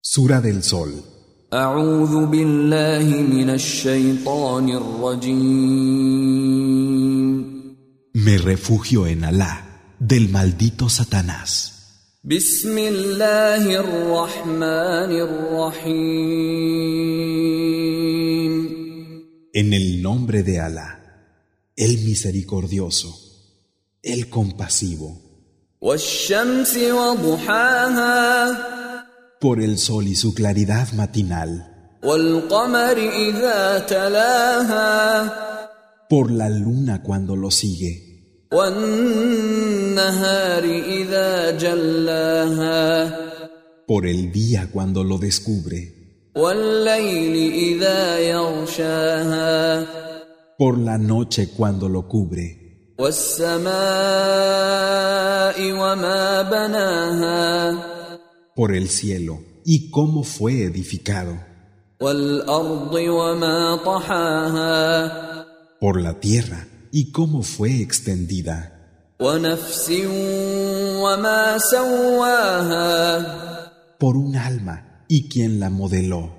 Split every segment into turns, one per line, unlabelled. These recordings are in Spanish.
Sura del Sol.
أعوذ بالله من الشيطان الرجيم
Me refugio en Alá, del maldito Satanás.
بسم الله الرحمن الرحيم
En el nombre de Alá, el misericordioso, el compasivo,
والشمس وضحاها
por el sol y su claridad matinal,
والقمر إذا تلاها
por la luna cuando lo sigue,
والنهار إذا جلاها
por el día cuando lo descubre,
والليل إذا يغشاها
por la noche cuando lo cubre,
والسماء وما بناها
por el cielo y cómo fue edificado,
والأرض وما طحاها
por la tierra y cómo fue extendida.
ونفس وما سواها
por un alma y quien la modeló,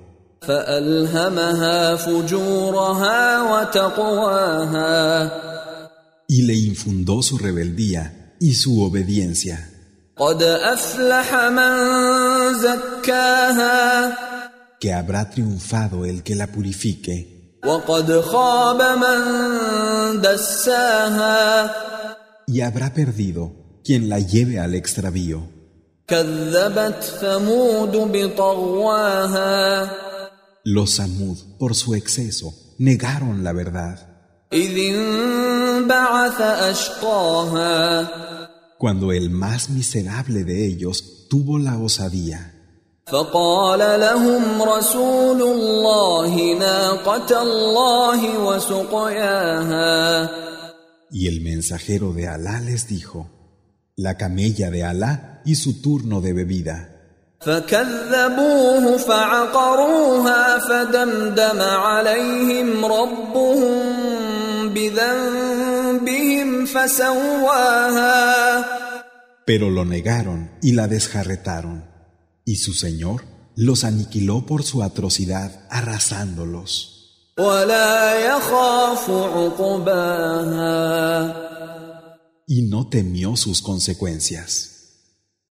فألهمها فجورها وتقواها
y le infundó su rebeldía y su obediencia,
قد أفلح من زكاها
que habrá triunfado el que la purifique,
وقد خاب من دساها
y habrá perdido quien la lleve al extravío,
كذبت ثمود بطغواها
los Samud, por su exceso, negaron la verdad,
إذ انبعث أشقاها
cuando el más miserable de ellos tuvo la osadía,
فقال لهم رسول الله ناقة الله وسقياها
y el mensajero de Alá les dijo, la camella de Alá y su turno de bebida.
فكذبوه فعقروها فدمدم عليهم ربهم بذنبهم فسواها
Pero lo negaron y la desjarretaron, y su Señor los aniquiló por su atrocidad, arrasándolos.
ولا يخاف عقباها
Y no temió sus consecuencias.